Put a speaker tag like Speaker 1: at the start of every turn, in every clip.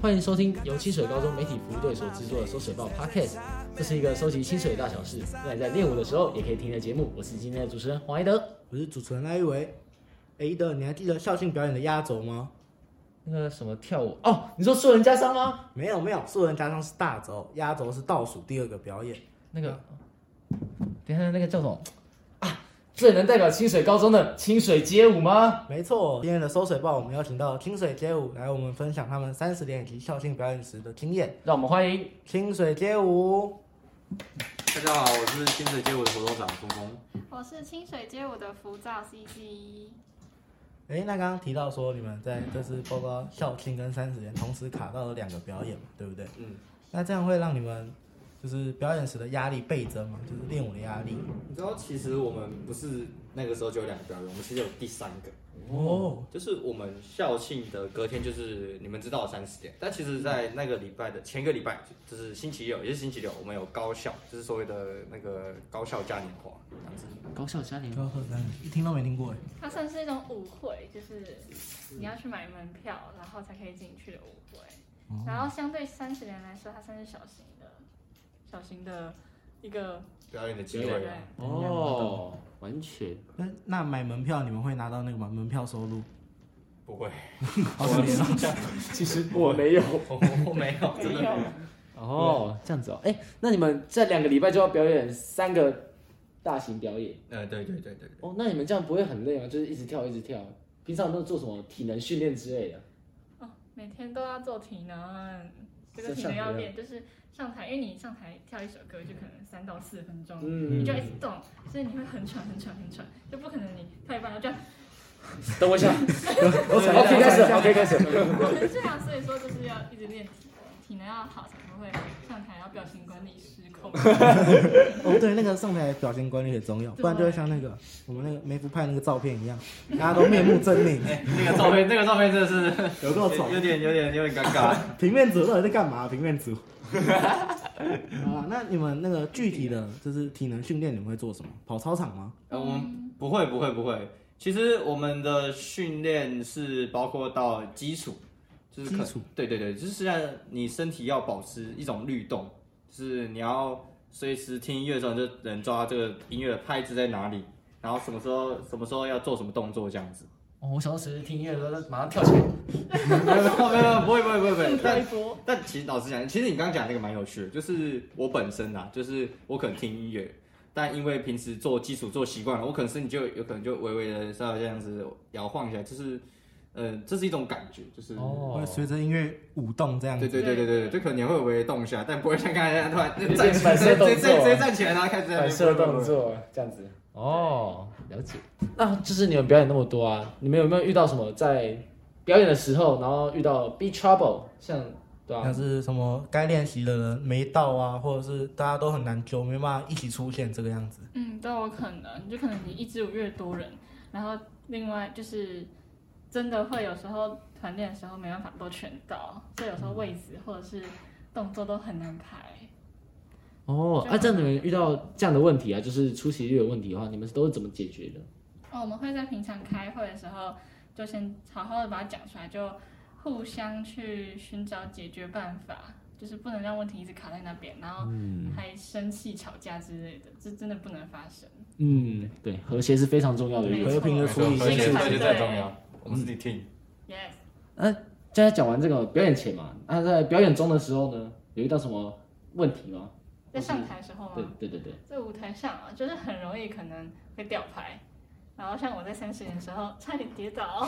Speaker 1: 欢迎收听由清水高中媒体服务队所制作的《搜水报》Podcast，这是一个收集清水的大小事，让你在练舞的时候也可以听的节目。我是今天的主持人黄一德。
Speaker 2: 我是主持人赖玉维。哎，一德，你还记得校庆表演的压轴吗？
Speaker 1: 那个什么跳舞哦，你说素人加商吗？
Speaker 2: 没有没有，素人加上是大轴，压轴是倒数第二个表演。
Speaker 1: 那个，等一下那个叫什么啊？最能代表清水高中的清水街舞吗？
Speaker 2: 没错，今天的收水报我们邀请到清水街舞来，我们分享他们三十年以及校庆表演时的经验。
Speaker 1: 让我们欢迎。
Speaker 2: 清水街舞，
Speaker 3: 大家好，我是清水街舞的活动长峰峰。
Speaker 4: 我是清水街舞的浮躁 CC。
Speaker 2: 哎，那刚刚提到说你们在这次报告校庆跟三十年同时卡到了两个表演嘛，对不对？
Speaker 3: 嗯，
Speaker 2: 那这样会让你们就是表演时的压力倍增嘛，就是练舞的压力。
Speaker 3: 你知道其实我们不是那个时候就有两个表演，我们其实有第三个，
Speaker 2: 哦，
Speaker 3: 就是我们校庆的隔天就是你们知道三十点，但其实，在那个礼拜的前一个礼拜，就是星期六也是星期六，我们有高校，就是所谓的那个高校嘉年华这样子。
Speaker 1: 高校嘉年
Speaker 2: 高贺三一听都没听过哎。
Speaker 4: 它算是一种舞会，就是你要去买门票，然后才可以进去的舞会。然后相对三十年来说，它算是小型的、小型的一个
Speaker 3: 表演的机
Speaker 4: 对
Speaker 3: 会
Speaker 4: 对
Speaker 3: 啊，
Speaker 1: 哦，完全
Speaker 2: 那那买门票你们会拿到那个吗？门票收 入？
Speaker 3: 不会，
Speaker 2: 好可怜哦。
Speaker 1: 其实我没有。
Speaker 3: 我我没
Speaker 4: 哎
Speaker 3: 有，真 的没有。
Speaker 1: 哦，这样子哦。哎，那你们这两个礼拜就要表演三个大型表演
Speaker 3: 呃，对对对对，
Speaker 1: 哦，那你们这样不会很累吗？就是一直跳一直跳，平常都做什么体能训练之类的？
Speaker 4: 哦，每天都要做体能，这个
Speaker 1: 这
Speaker 4: 体
Speaker 1: 上
Speaker 4: 能
Speaker 1: 台
Speaker 4: 要
Speaker 1: 要
Speaker 4: 练，就是上台，因为你上台跳一首歌就可能三到四分钟，
Speaker 1: 嗯
Speaker 4: 你就要一直动，所以你会很喘、很喘、很喘，就不可能你跳一半然后就
Speaker 1: 等 我一下
Speaker 2: 我想
Speaker 1: ，OK
Speaker 2: 一下
Speaker 1: 开始，OK 开始。
Speaker 4: 很喘，所以说就是要一直练体能，体能要好才不会上台，要表情管理失控。
Speaker 2: 哦，对，那个上台表情管理很重要，不然就会像那个我们那个梅福派那个照片一样，大家都面目狰狞，
Speaker 3: 那个照片，那个照片真的 是
Speaker 2: 有够丑。
Speaker 3: 有点有点有点尴尬。
Speaker 2: 平面组到底在干 嘛？平面组。好啦，那你们那个具体的就是体能训练，你们会做什么？跑操场吗？
Speaker 3: 呃，我
Speaker 2: 嗯
Speaker 3: 们不会，不会，不会。其实我们的训练是包括到基础，就是可
Speaker 2: 基础，
Speaker 3: 对对对，就是让你身体要保持一种律动，就是你要随时听音乐的时候，你就能抓这个音乐的拍子在哪里，然后什么时候什么时候要做什么动作这样子。
Speaker 1: 哦，我想到只是听音乐的时候，马上跳起来。
Speaker 3: 没有没有，不会不会不会不 会，但
Speaker 4: 波。
Speaker 3: 但其实老实讲，其实你刚刚讲那个蛮有趣的，就是我本身啊，就是我可能听音乐，但因为平时做基础做习惯了，我可能身体就有可能就微微的稍微这样子摇晃一下，就是，呃，这是一种感觉，
Speaker 1: 哦
Speaker 3: 就是，
Speaker 2: 会随着音乐舞动这样
Speaker 3: 对
Speaker 2: 子。
Speaker 3: 哦对对对对，就可能你会微微动一下，但不会像刚才那样突然
Speaker 1: 点
Speaker 3: 站起来，
Speaker 1: 反射
Speaker 3: 直接
Speaker 1: 动
Speaker 3: 直接直
Speaker 1: 作
Speaker 3: 接站起来，然后开始在那边
Speaker 1: 反射动。作这样子。哦，了解。那就是你们表演那么多啊，你们有没有遇到什么在表演的时候，然后遇到 be trouble，像对
Speaker 2: 像
Speaker 1: 啊？
Speaker 2: 是什么该练习的人没到啊，或者是大家都很难揪，没办法一起出现这个样子。
Speaker 4: 嗯，都有可能，就可能你一支舞越多人，然后另外就是真的会有时候团练的时候没办法都全到，所以有时候位置或者是动作都很难排。
Speaker 1: 哦，那、这样你们遇到这样的问题啊，就是出席率有问题的话，你们都是怎么解决的？
Speaker 4: 哦，我们会在平常开会的时候就先好好的把它讲出来，就互相去寻找解决办法，就是不能让问题一直卡在那边，然后还生气吵架之类的，这真的不能发生。嗯
Speaker 1: 嗯，对，和谐是非常重要的一
Speaker 4: 没
Speaker 1: 个
Speaker 4: 错
Speaker 2: 和平的
Speaker 3: 没
Speaker 2: 处
Speaker 3: 错
Speaker 2: 理
Speaker 3: 和
Speaker 2: 这
Speaker 3: 谐
Speaker 2: 些
Speaker 4: 对
Speaker 3: 和
Speaker 2: 事
Speaker 3: 谐
Speaker 2: 情。
Speaker 3: 最重要，我们是你听。
Speaker 4: Yes。
Speaker 1: 哎现在讲完这个表演前嘛，那、在表演中的时候呢，有遇到什么问题吗？
Speaker 4: 在上台的时候吗？
Speaker 1: 对对对对，
Speaker 4: 在舞台上啊，就是很容易可能会掉拍，然后像我在三十年的时候差点跌倒，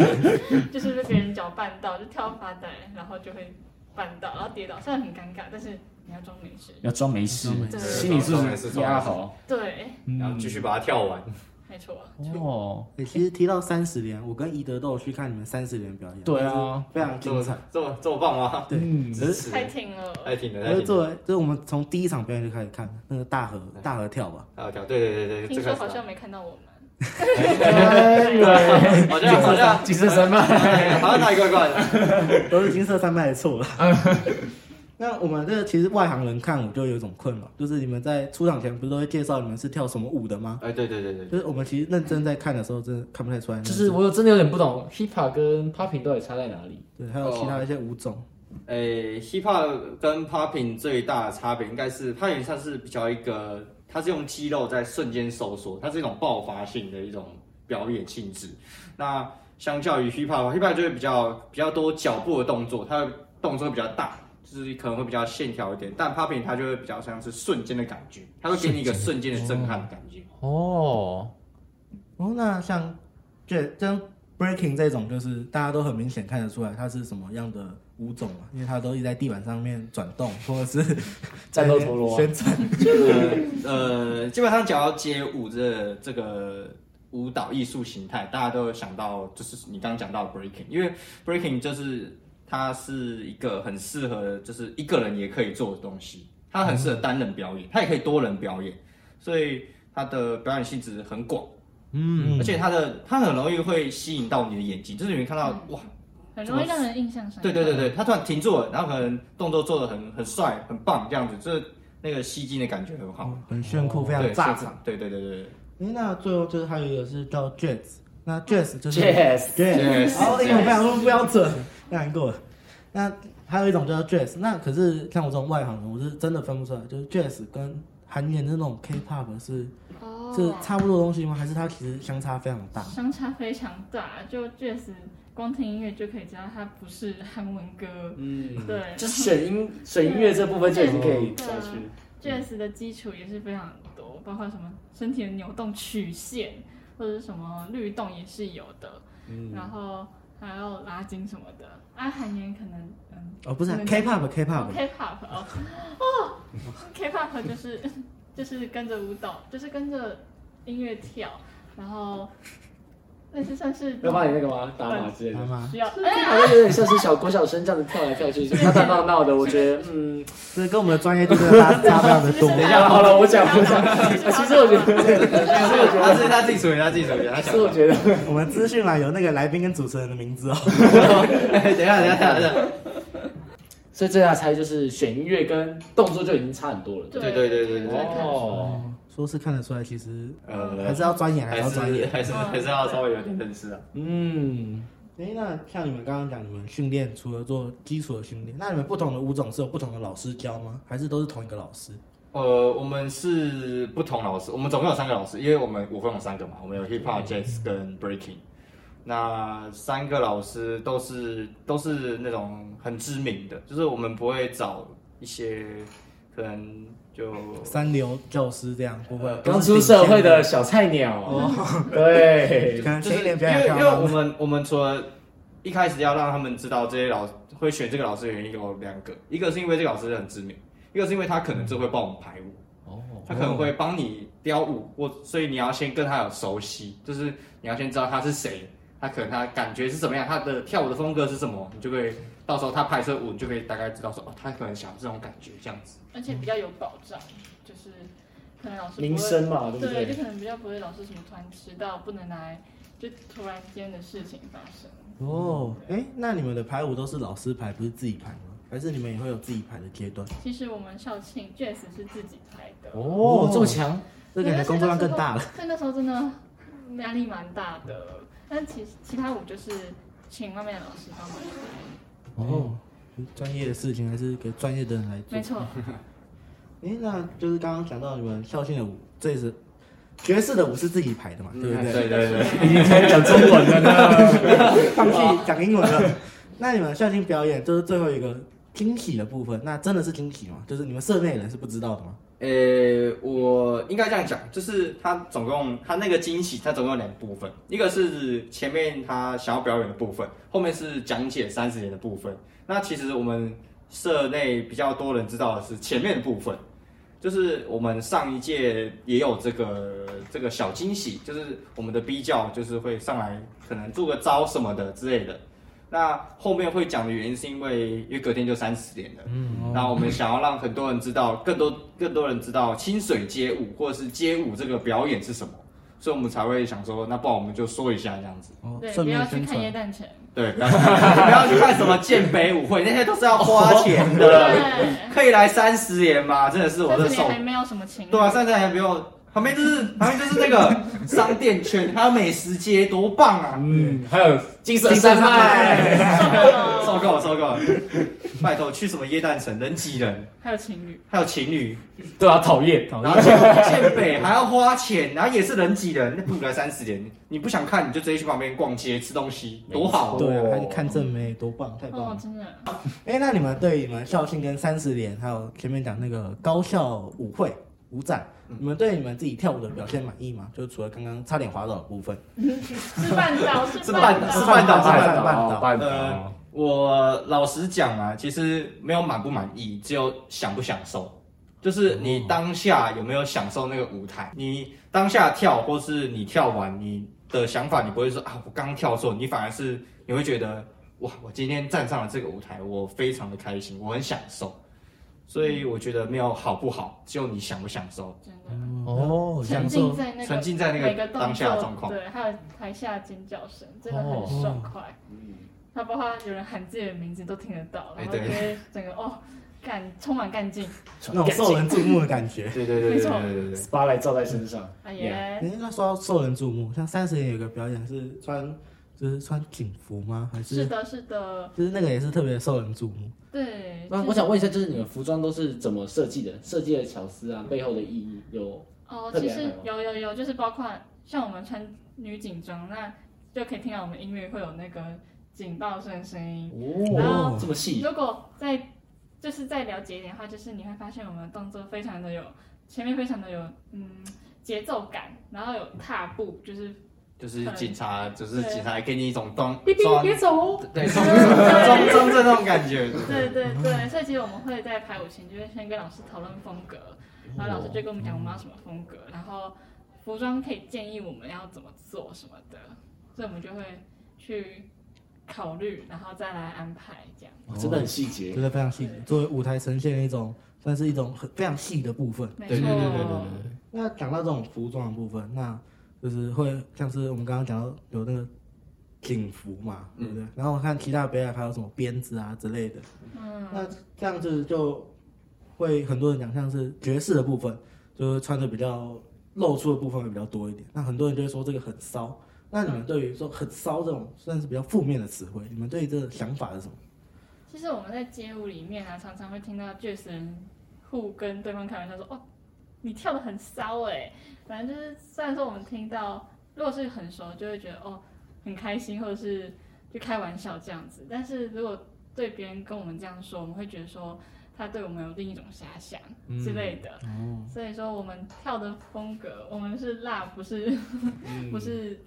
Speaker 4: 就是被别人搅绊到，就跳到发呆，然后就会绊到，然后跌倒，虽然很尴尬，但是你要装没事。
Speaker 1: 要装没事哦
Speaker 2: 装没
Speaker 4: 事
Speaker 1: 心理素
Speaker 3: 装没事
Speaker 1: 质压好。
Speaker 4: 对，
Speaker 3: 然后继续把它跳完。
Speaker 4: 没错。
Speaker 1: 哦，
Speaker 2: 欸其实提到三十年，我跟宜德都有去看你们三十年表演，
Speaker 1: 对啊，嗯
Speaker 2: 非常
Speaker 3: 这么
Speaker 2: 精彩。
Speaker 3: 这么这么棒吗？
Speaker 2: 对，
Speaker 3: 支持，
Speaker 4: 太挺嗯了，
Speaker 3: 太挺的，
Speaker 2: 我
Speaker 3: 太
Speaker 2: 就
Speaker 3: 挺的。
Speaker 2: 作为，就是我们从第一场表演就开始看那个大河
Speaker 4: 嗯
Speaker 2: 大河跳吧，
Speaker 3: 还有跳，对对对对，
Speaker 4: 听
Speaker 3: 这个
Speaker 4: 说好像没看到我们，
Speaker 1: 哎
Speaker 3: 好像好像
Speaker 1: 谨慎神脉。
Speaker 3: 哎好像哪里怪怪的。
Speaker 2: 都是金色山脉的错了。那我们这个其实外行人看我就有一种困扰，就是你们在出场前不是都会介绍你们是跳什么舞的吗？
Speaker 3: 哎，对对对对，
Speaker 2: 就是我们其实认真在看的时候，真的看不太出来。
Speaker 1: 就是我真的有点不懂 hip hop 跟 popping 到底差在哪里。
Speaker 2: 对，还有其他一些舞种，
Speaker 3: 诶、h i p 哎 hop 跟 popping 最大的差别应该是 popping 它是比较一个，它是用肌肉在瞬间收缩，它是一种爆发性的一种表演性质。那相较于 hip hop，hip hop 就会比较比较多脚步的动作，它的动作会比较大，就是可能会比较线条一点。但 popping 它就会比较像是瞬间的感觉，它会给你一个瞬间的震撼的感觉。
Speaker 5: 哦，
Speaker 2: 哦，那像对像 breaking 这种，就是大家都很明显看得出来它是什么样的舞种嘛，因为它都一直在地板上面转动，或者是
Speaker 1: 战斗陀螺啊
Speaker 2: 旋转。
Speaker 3: 呃，呃基本上讲到街舞这这个舞蹈艺术形态，大家都有想到，就是你刚刚讲到的 breaking，因为 breaking 就是它是一个很适合，就是一个人也可以做的东西，它很适合单人表演，它也可以多人表演，所以它的表演性质很广，
Speaker 5: 嗯
Speaker 3: 而且它的它很容易会吸引到你的眼睛，就是你会看到哇，
Speaker 4: 很容易让人印象深刻。
Speaker 3: 嗯对对对对，他突然停住了，然后可能动作做的很很帅很棒这样子，就是那个吸睛的感觉很好，
Speaker 2: 很炫酷，非常
Speaker 3: 对
Speaker 2: 炸
Speaker 3: 是
Speaker 2: 场。
Speaker 3: 对对对对对。
Speaker 2: 诶，那最后就是还有一个是叫 jazz，那 jazz 就是
Speaker 1: Jazz
Speaker 2: jazz，
Speaker 3: Jazz
Speaker 2: 然后英文非常不标准，难过。那还有一种叫 jazz，那可是像我这种外行人，我是真的分不出来，就是 jazz 跟韩元的那种 K-pop 是
Speaker 4: 哦
Speaker 2: 是差不多的东西吗？还是它其实相差非常大？
Speaker 4: 相差非常大，就确实光听音乐就可以知道它不是韩文歌。
Speaker 1: 嗯，
Speaker 4: 对，
Speaker 1: 就选音选音乐这部分就已经可以下去。
Speaker 4: 确实的基础也是非常多，包括什么身体的扭动曲线，或者是什么律动也是有的，
Speaker 1: 嗯
Speaker 4: 然后还有拉筋什么的。啊，韩言可能嗯
Speaker 2: 哦，不是
Speaker 4: 嗯
Speaker 2: K-pop K-pop，
Speaker 4: K-pop 哦哦，K-pop 就是就是跟着舞蹈，就是跟着音乐跳，然后那是算是
Speaker 1: 要帮你那个吗？打码之类的
Speaker 2: 好。吗？
Speaker 4: 需要哎
Speaker 1: 这好像有点像是小国小生这样子跳来跳去，打打闹闹的。我觉得， 嗯，
Speaker 2: 这跟我们的专业就是差差非常的多。
Speaker 1: 等一下，好了，我讲，我讲。啊其实我觉得，
Speaker 3: 但是我觉得他自己他自己处理，他自己处理，他
Speaker 1: 其
Speaker 3: 想
Speaker 1: 实。我觉得，
Speaker 2: 我们资讯栏有那个来宾跟主持人的名字哦。
Speaker 3: 哎， 等一下，等一下，等一下。
Speaker 1: 所以最大差异就是选音乐跟动作就已经差很多了。
Speaker 3: 对对对对对。
Speaker 1: 哦，
Speaker 2: 说是看得出来，其实
Speaker 3: 呃，
Speaker 2: 还是要钻研，还是
Speaker 3: 还
Speaker 2: 要
Speaker 3: 是
Speaker 2: 钻研。
Speaker 3: 还是还是要稍微有点认识啊。
Speaker 1: 嗯，
Speaker 2: 哎、那像你们刚刚讲，你们训练除了做基础的训练，那你们不同的舞种是有不同的老师教吗？还是都是同一个老师？
Speaker 3: 呃，我们是不同老师，我们总共有三个老师，因为我们舞风有三个嘛，我们有 hip
Speaker 2: 嗯
Speaker 3: hop、jazz 跟 breaking。那三个老师都是都是那种很知名的，就是我们不会找一些可能就
Speaker 2: 三流教师这样不会？
Speaker 3: 呃
Speaker 1: 刚出社会的小菜鸟，对
Speaker 2: 可，能
Speaker 3: 就是
Speaker 2: 前一
Speaker 3: 因
Speaker 2: 年
Speaker 3: 为因
Speaker 2: 表演看
Speaker 3: 为
Speaker 2: 到
Speaker 3: 我们我们除了一开始要让他们知道这些老会选这个老师的原因有两个，一个是因为这个老师很知名，一个是因为他可能就会帮我们排舞，
Speaker 1: 哦，
Speaker 3: 他可能会帮你雕舞，或所以你要先跟他有熟悉，就是你要先知道他是谁，他可能他感觉是怎么样，他的跳舞的风格是什么，你就可以到时候他拍摄舞，你就可以大概知道说哦，他可能想要这种感觉这样子。
Speaker 4: 而且比较有保障，就是可能老师不会
Speaker 1: 名声
Speaker 3: 啊
Speaker 1: 嘛，对不
Speaker 4: 对，就
Speaker 1: 对？
Speaker 4: 可能比较不会老师什么突然迟到不能来，就突然间的事情发生。
Speaker 2: 哦，哎、那你们的排舞都是老师排，不是自己排吗？还是你们也会有自己排的阶段？
Speaker 4: 其实我们校庆 Jazz 是自己拍的，
Speaker 1: 哦，这么强，
Speaker 2: 这感觉工作量更大了。
Speaker 4: 所以那时候真的压力蛮大的，但其其他舞就是请外面的老师帮忙。
Speaker 2: 哦，专业的事情还是给专业的人来做。
Speaker 4: 没错，
Speaker 2: 诶，那就是刚刚讲到你们校庆的舞，这也是爵士的舞是自己排的嘛，对不嗯对？
Speaker 3: 对对对。
Speaker 2: 已经开始讲中文了呢，放弃讲英文了。 那你们校庆表演就是最后一个惊喜的部分，那真的是惊喜吗？就是你们社内人是不知道的吗？
Speaker 3: 呃、我应该这样讲，就是它总共它那个惊喜，它总共有两部分，一个是前面他想要表演的部分，后面是讲解三十年的部分。那其实我们社内比较多人知道的是前面的部分，就是我们上一届也有这个这个小惊喜，就是我们的 B 教就是会上来可能做个招什么的之类的。那后面会讲的原因是因为因为隔天就三十年了，嗯，那我们想要让很多人知道，更多更多人知道清水街舞或者是街舞这个表演是什么，所以我们才会想说，那不然我们就说一下这样子。
Speaker 2: 哦
Speaker 4: 对，
Speaker 2: 顺
Speaker 4: 不要
Speaker 2: 便
Speaker 4: 去
Speaker 2: 宣
Speaker 4: 看耶
Speaker 2: 传。
Speaker 4: 诞城。
Speaker 3: 对， 不要去看不要去看什么建北舞会，那些都是要花钱的，
Speaker 4: 对，
Speaker 3: 啊可以来三十年吗？真的是我
Speaker 4: 但
Speaker 3: 这
Speaker 4: 是
Speaker 3: 受
Speaker 4: 还没有什么情侣。
Speaker 3: 对啊，三十年还不用旁边就是旁边就是那个 商店圈，还有美食街，多棒啊！
Speaker 1: 嗯，还有金色
Speaker 2: 金色
Speaker 1: 山
Speaker 2: 山
Speaker 1: 脉，
Speaker 3: 受够了，受够了！拜托，去什么椰蛋城，人挤人，
Speaker 4: 还有情侣，
Speaker 3: 还有情侣，
Speaker 1: 对啊，讨厌，
Speaker 3: 然后建建北还要花钱，然后也是人挤人，那不如来三十年。你不想看，你就直接去旁边逛街吃东西，多好！
Speaker 2: 对啊，
Speaker 1: 哦
Speaker 2: 还是看正妹多棒，太棒
Speaker 4: 哦
Speaker 2: 了，！
Speaker 4: 真的，
Speaker 2: 哎、那你们对你们校庆跟三十年，还有前面讲那个高校舞会舞展，你们对你们自己跳舞的表现满意吗？就除了刚刚差点滑倒的部分，
Speaker 4: 是半岛，是
Speaker 3: 是半
Speaker 4: 岛，
Speaker 3: 是半岛
Speaker 2: 半岛
Speaker 1: 半
Speaker 3: 呃
Speaker 1: 岛，，
Speaker 3: 我老实讲啊，其实没有满不满意，只有享不享受。就是你当下有没有享受那个舞台？你当下跳，或是你跳完，你的想法你不会说啊，我刚跳错，你反而是你会觉得哇，我今天站上了这个舞台，我非常的开心，我很享受。所以我觉得没有好不好，只有你享不享受，
Speaker 4: 真的。
Speaker 1: 哦，享
Speaker 4: 沉浸
Speaker 1: 受，
Speaker 4: 在那个
Speaker 3: 沉浸在那
Speaker 4: 每
Speaker 3: 个
Speaker 4: 个
Speaker 3: 当下的状况。
Speaker 4: 对，还有台下尖叫声，真的
Speaker 1: 哦
Speaker 4: 很爽快。他包括有人喊自己的名字都听得到，
Speaker 3: 嗯哎
Speaker 4: 然后
Speaker 3: 对
Speaker 4: 就会整个哦，干充满干劲。
Speaker 2: 那种受人注目的 感觉。
Speaker 3: 对对对对
Speaker 4: 没错
Speaker 3: 对对对。
Speaker 1: 把来照在身上，
Speaker 4: 哎耶，
Speaker 2: 哎、那说到受人注目，像三十年有个表演是穿，就是穿警服吗？还
Speaker 4: 是
Speaker 2: 是
Speaker 4: 的，是的，
Speaker 2: 就是那个也是特别受人注目？
Speaker 4: 对。
Speaker 1: 那
Speaker 4: 就是
Speaker 1: 我想问一下，就是你们服装都是怎么设计的？设计的巧思啊，背后的意义有
Speaker 4: 哦，
Speaker 1: 特
Speaker 4: 其
Speaker 1: 别安
Speaker 4: 实
Speaker 1: 排吗
Speaker 4: 有有有，就是包括像我们穿女警装，那就可以听到我们音乐会有那个警报声的声音。
Speaker 1: 哦，这么细
Speaker 4: 如果再就是再了解一点的话，就是你会发现我们的动作非常的有前面非常的有嗯节奏感，然后有踏步，就是
Speaker 3: 就是警察，就是警察给你一种装
Speaker 4: 别别
Speaker 3: 装
Speaker 4: 别走，哦
Speaker 3: 对，装装装这种感觉。
Speaker 4: 对对对，所以其实我们会在排舞前就会先跟老师讨论风格，然后老师就跟我们讲我们要什么风格，然后服装可以建议我们要怎么做什么的，所以我们就会去考虑，然后再来安排这样。
Speaker 1: 哇哦真的很细节
Speaker 2: 觉。得非常细致，作为舞台呈现的一种，算是一种很非常细的部分。
Speaker 4: 没
Speaker 3: 对对对对对
Speaker 4: 错，
Speaker 2: 那讲到这种服装的部分，那就是会像是我们刚刚讲到有那个警服嘛，
Speaker 1: 嗯
Speaker 2: 对不对？然后我看其他北海还有什么鞭子啊之类的，
Speaker 4: 嗯，
Speaker 2: 那这样子就会很多人讲像是爵士的部分，就是穿的比较露出的部分会比较多一点。那很多人就会说这个很骚。那你们对于说很骚这种算是比较负面的词汇，你们对于这个想法是什么？
Speaker 4: 其实我们在街舞里面啊，常常会听到爵士人互跟对方开玩笑说：“哦，你跳的很骚哎、反正就是，虽然说我们听到，如果是很熟，就会觉得哦很开心，或者是就开玩笑这样子。但是如果对别人跟我们这样说，我们会觉得说他对我们有另一种遐想之类的。所以说我们跳的风格，我们是辣，不是、 不是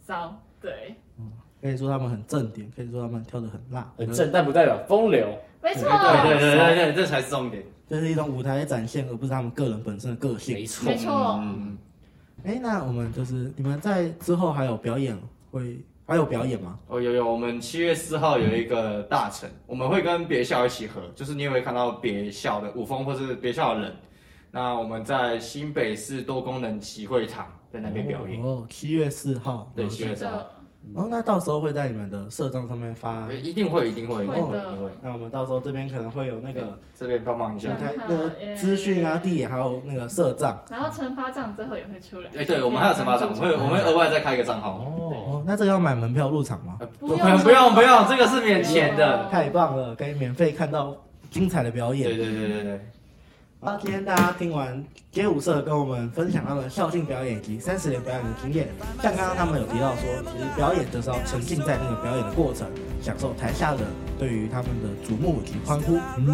Speaker 4: 骚，对，
Speaker 2: 可以说他们很正点，可以说他们跳的很辣，
Speaker 1: 很正，但不代表风流。
Speaker 4: 没错，
Speaker 3: 对对对对对，这才是重点。
Speaker 2: 就是一种舞台的展现，而不是他们个人本身的个性。
Speaker 4: 没错。
Speaker 3: 嗯，
Speaker 2: 哎、那我们就是你们在之后还有表演会，还有表演吗？
Speaker 3: 哦有有，我们七月四号有一个大成，我们会跟别校一起合，就是你也会看到别校的舞风或是别校的人。那我们在新北市多功能集会堂在那边表演，
Speaker 2: 哦，七月四号。
Speaker 3: 对，七月四号，
Speaker 4: 这
Speaker 2: 哦，那到时候会在你们的社账上面发。
Speaker 3: 一定会，一定会，一定
Speaker 4: 会
Speaker 3: 会，
Speaker 4: 的
Speaker 3: 一定会。
Speaker 2: 那我们到时候这边可能会有那个
Speaker 3: 这边帮忙一下
Speaker 2: 平。台
Speaker 4: 嗯
Speaker 2: 的资讯啊、地点，还有那个社账。
Speaker 4: 然后惩罚账最后也会出来。
Speaker 3: 哎，对，我们还有惩罚长，我们会我们会额外再开一个账号。
Speaker 1: 哦，
Speaker 2: 哦，那这个要买门票入场吗？
Speaker 3: 呃
Speaker 4: 不
Speaker 3: 不
Speaker 4: 用
Speaker 3: 不用不用，这个是免钱的。
Speaker 2: 太棒了，可以免费看到精彩的表
Speaker 3: 对
Speaker 2: 演。
Speaker 3: 对对对对，
Speaker 2: 好，今天大家听完街舞社跟我们分享他们校庆表演以及三十年表演的经验，像刚刚他们有提到说，其实表演就是要沉浸在那个表演的过程，享受台下的对于他们的瞩目以及欢呼。嗯，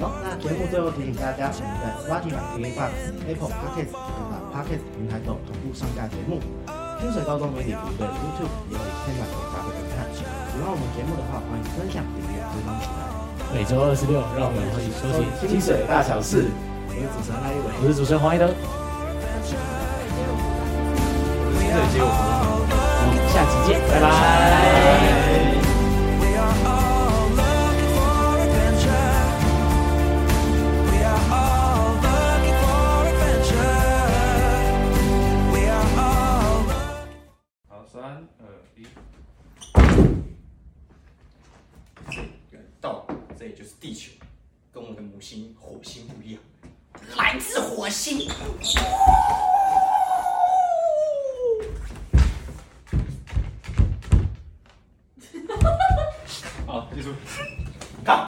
Speaker 2: 好，那节目最后提醒大家，我们在 Spotify、KBox、Apple Podcast 等等 Podcast 平台都有同步上架节目。清水高中媒体部队 YouTube 也有影片版给大家观看。喜欢我们节目的话，欢迎分享、订阅、追踪起来。
Speaker 1: 每周二十六，让我们一起收听《清水大小事》。
Speaker 2: 我是主持人赖一伟。
Speaker 1: 我是主持人黄一德，
Speaker 3: 这个结果。
Speaker 1: 我们嗯下期见，拜拜。
Speaker 5: We are all looking for adventure. We are all looking for adventure. We are all.
Speaker 3: 好，三二一。这个到，这里就是地球，跟我们的母星火星不一样，来自火星。
Speaker 6: 好，结束。